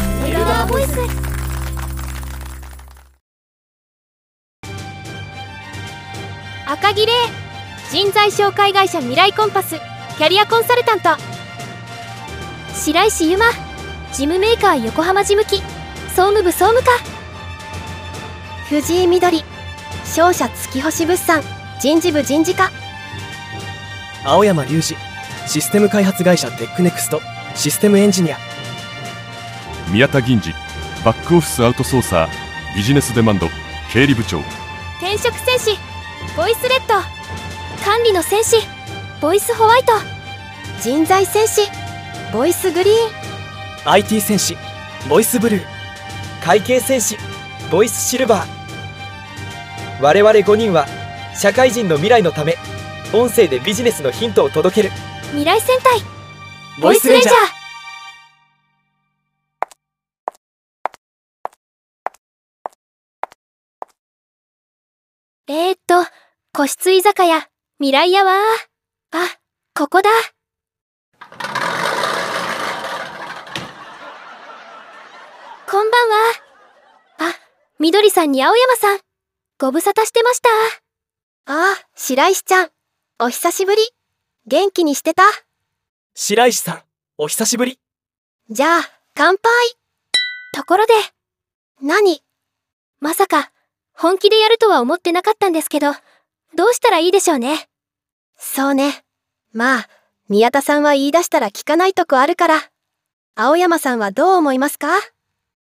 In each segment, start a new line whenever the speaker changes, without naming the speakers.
ーボイス赤木玲人材紹介会社未来コンパスキャリアコンサルタント白石由真事務メーカー横浜事務機総務部総務課藤井みどり商社月星物産人事部人事課
青山隆二システム開発会社テックネクストシステムエンジニア
宮田銀次バックオフィスアウトソーサービジネスデマンド経理部長
転職戦士ボイスレッド管理の戦士ボイスホワイト人材戦士ボイスグリーン
IT 戦士ボイスブルー会計戦士ボイスシルバー我々5人は社会人の未来のため音声でビジネスのヒントを届ける
未来戦隊ボイスレンジャーえー、っと、個室居酒屋、未来屋は、あ、ここだ。こんばんは。あ、みどりさんに青山さん。ご無沙汰してました。ああ、白石ちゃん、お久しぶり。元気にしてた
白石さんお久しぶり
じゃあ、乾杯ところで、何まさか、本気でやるとは思ってなかったんですけど、どうしたらいいでしょうね。そうね。まあ、宮田さんは言い出したら聞かないとこあるから。青山さんはどう思いますか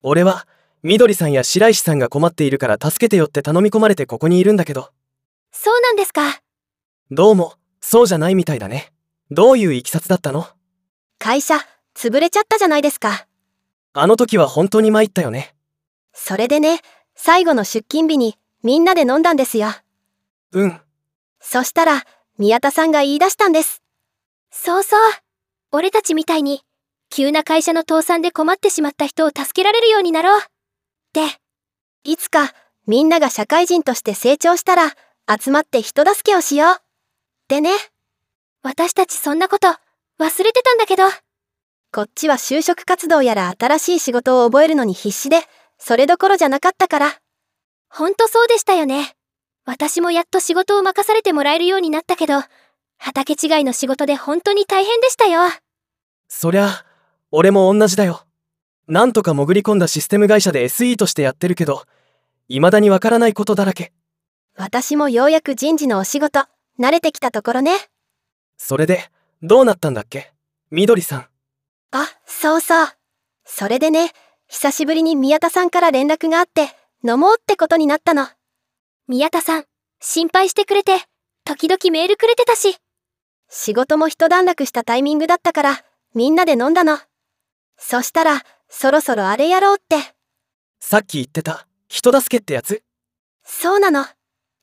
俺はみどりさんや白石さんが困っているから助けてよって頼み込まれてここにいるんだけど
そうなんですか。
どうもそうじゃないみたいだねどういういきさつだったの
会社、潰れちゃったじゃないですか。
あの時は本当に参ったよね
それでね、最後の出勤日にみんなで飲んだんですよ。
うん
そしたら、宮田さんが言い出したんです。そうそう。俺たちみたいに、急な会社の倒産で困ってしまった人を助けられるようになろう。って。いつか、みんなが社会人として成長したら、集まって人助けをしよう。でね。私たちそんなこと、忘れてたんだけど。こっちは就職活動やら新しい仕事を覚えるのに必死で、それどころじゃなかったから。ほんとそうでしたよね。私もやっと仕事を任されてもらえるようになったけど、畑違いの仕事で本当に大変でしたよ。
そりゃあ俺も同じだよなんとか潜り込んだシステム会社で SE としてやってるけど未だにわからないことだらけ
私もようやく人事のお仕事、慣れてきたところね。
それでどうなったんだっけみどりさん
あ、そうそう。それでね、久しぶりに宮田さんから連絡があって、飲もうってことになったの。宮田さん、心配してくれて、時々メールくれてたし。仕事も一段落したタイミングだったから、みんなで飲んだの。そしたら、そろそろあれやろうって。
さっき言ってた人助けってやつ
そうなの。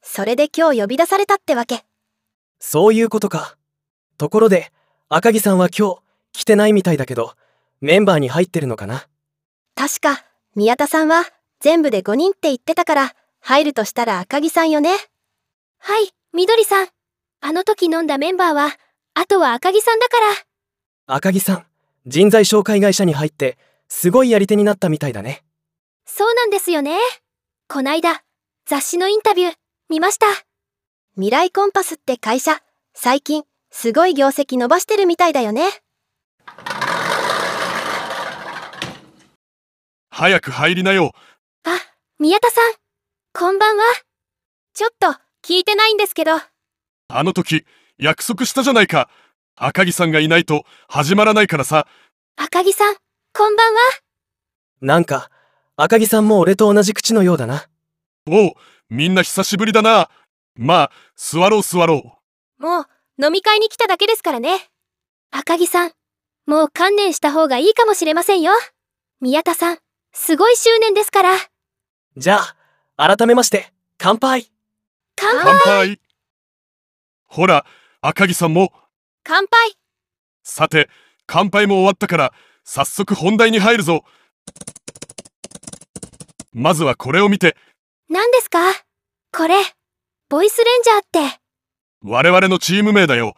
それで今日呼び出されたってわけ。
そういうことかところで赤木さんは今日来てないみたいだけどメンバーに入ってるのかな
確か、宮田さんは全部で5人って言ってたから、入るとしたら赤木さんよね。はい、みどりさん。あの時飲んだメンバーは、あとは赤木さんだから。
赤木さん人材紹介会社に入ってすごいやり手になったみたいだね
そうなんですよね。こないだ、雑誌のインタビュー、見ました。未来コンパスって会社、最近、すごい業績伸ばしてるみたいだよね。
早く入りなよ
あ、宮田さん。こんばんは。ちょっと、聞いてないんですけど。
あの時約束したじゃないか赤木さんがいないと始まらないからさ
赤木さん、こんばんは。
なんか赤木さんも俺と同じ口のようだな
おうみんな久しぶりだなまあ座ろう座ろう
もう、飲み会に来ただけですからね。赤木さん、もう観念した方がいいかもしれませんよ。宮田さん、すごい執念ですから。
じゃあ改めまして乾杯
乾杯
乾杯ほら赤木さんも
乾杯
さて乾杯も終わったから早速本題に入るぞまずはこれを見て
何ですかこれ、ボイスレンジャーって。
我々のチーム名だよ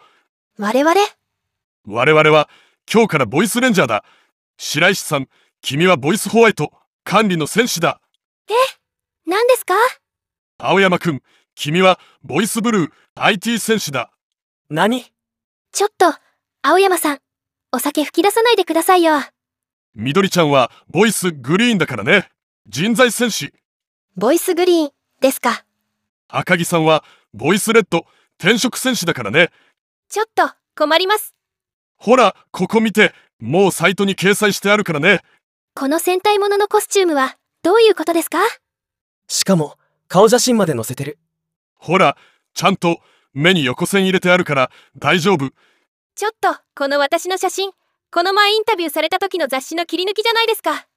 我々
我々は今日からボイスレンジャーだ白石さん君はボイスホワイト管理の戦士だ
何ですか
青山くん、君はボイスブルー IT 戦士だ
何
ちょっと、青山さん、お酒吹き出さないでくださいよ。
緑ちゃんはボイスグリーンだからね人材戦士
ボイスグリーンですか。
赤木さんはボイスレッド転職戦士だからね
ちょっと、困ります。
ほらここ見てもうサイトに掲載してあるからね
この戦隊もののコスチュームは、どういうことですか
しかも、顔写真まで載せてる。
ほらちゃんと目に横線入れてあるから大丈夫
ちょっと、この私の写真、この前インタビューされた時の雑誌の切り抜きじゃないですか。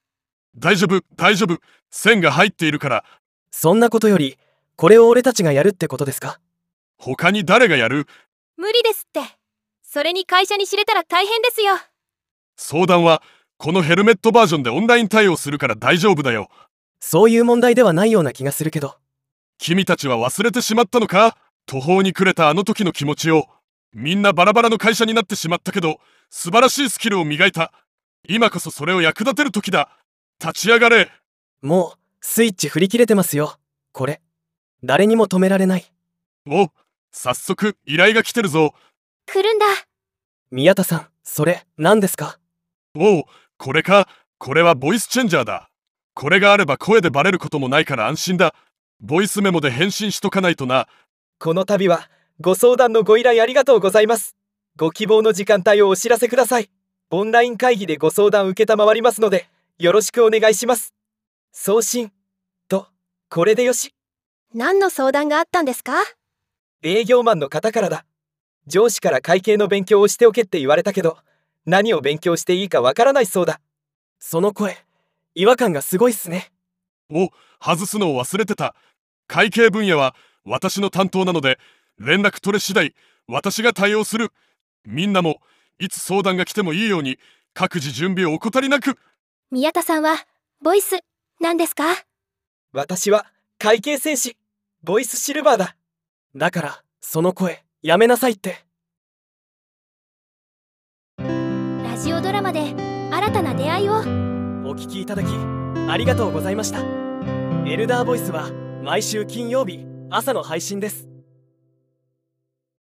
大丈夫大丈夫線が入っているから
そんなことより、これを俺たちがやるってことですか
他に誰がやる
無理ですって。それに会社に知れたら大変ですよ。
相談はこのヘルメットバージョンでオンライン対応するから大丈夫だよ
そういう問題ではないような気がするけど。
君たちは忘れてしまったのか途方に暮れたあの時の気持ちをみんなバラバラの会社になってしまったけど素晴らしいスキルを磨いた今こそそれを役立てる時だ立ち上がれ
もう、スイッチ振り切れてますよ。これ。誰にも止められない。
お早速依頼が来てるぞ
来るんだ。
宮田さん、それ、何ですか
おおこれかこれはボイスチェンジャーだこれがあれば声でバレることもないから安心だボイスメモで返信しとかないとな
この度は、ご相談のご依頼ありがとうございます。ご希望の時間帯をお知らせください。オンライン会議でご相談受けたまわりますので、よろしくお願いします。送信。と、これでよし。
何の相談があったんですか
営業マンの方からだ上司から会計の勉強をしておけって言われたけど何を勉強していいかわからないそうだその声違和感がすごいっすね
を外すのを忘れてた会計分野は私の担当なので連絡取れ次第私が対応するみんなもいつ相談が来てもいいように各自準備を怠りなく
宮田さんは、ボイス、なんですか
私は会計戦士ボイスシルバーだだからその声やめなさいって
ラジオドラマで、新たな出会いを。
お聞きいただきありがとうございましたエルダーボイスは毎週金曜日朝の配信です